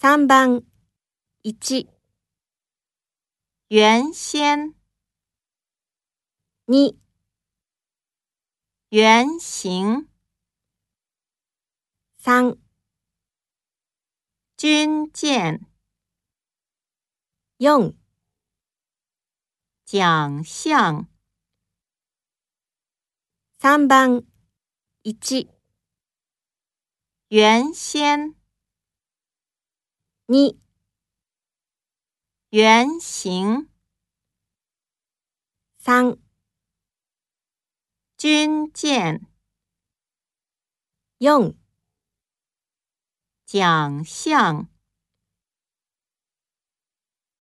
3番、1、原先、 2、原型、 3、军舰、 4、奖项、 3番、1、原先、 2、原型、 3、军舰、 4奖项、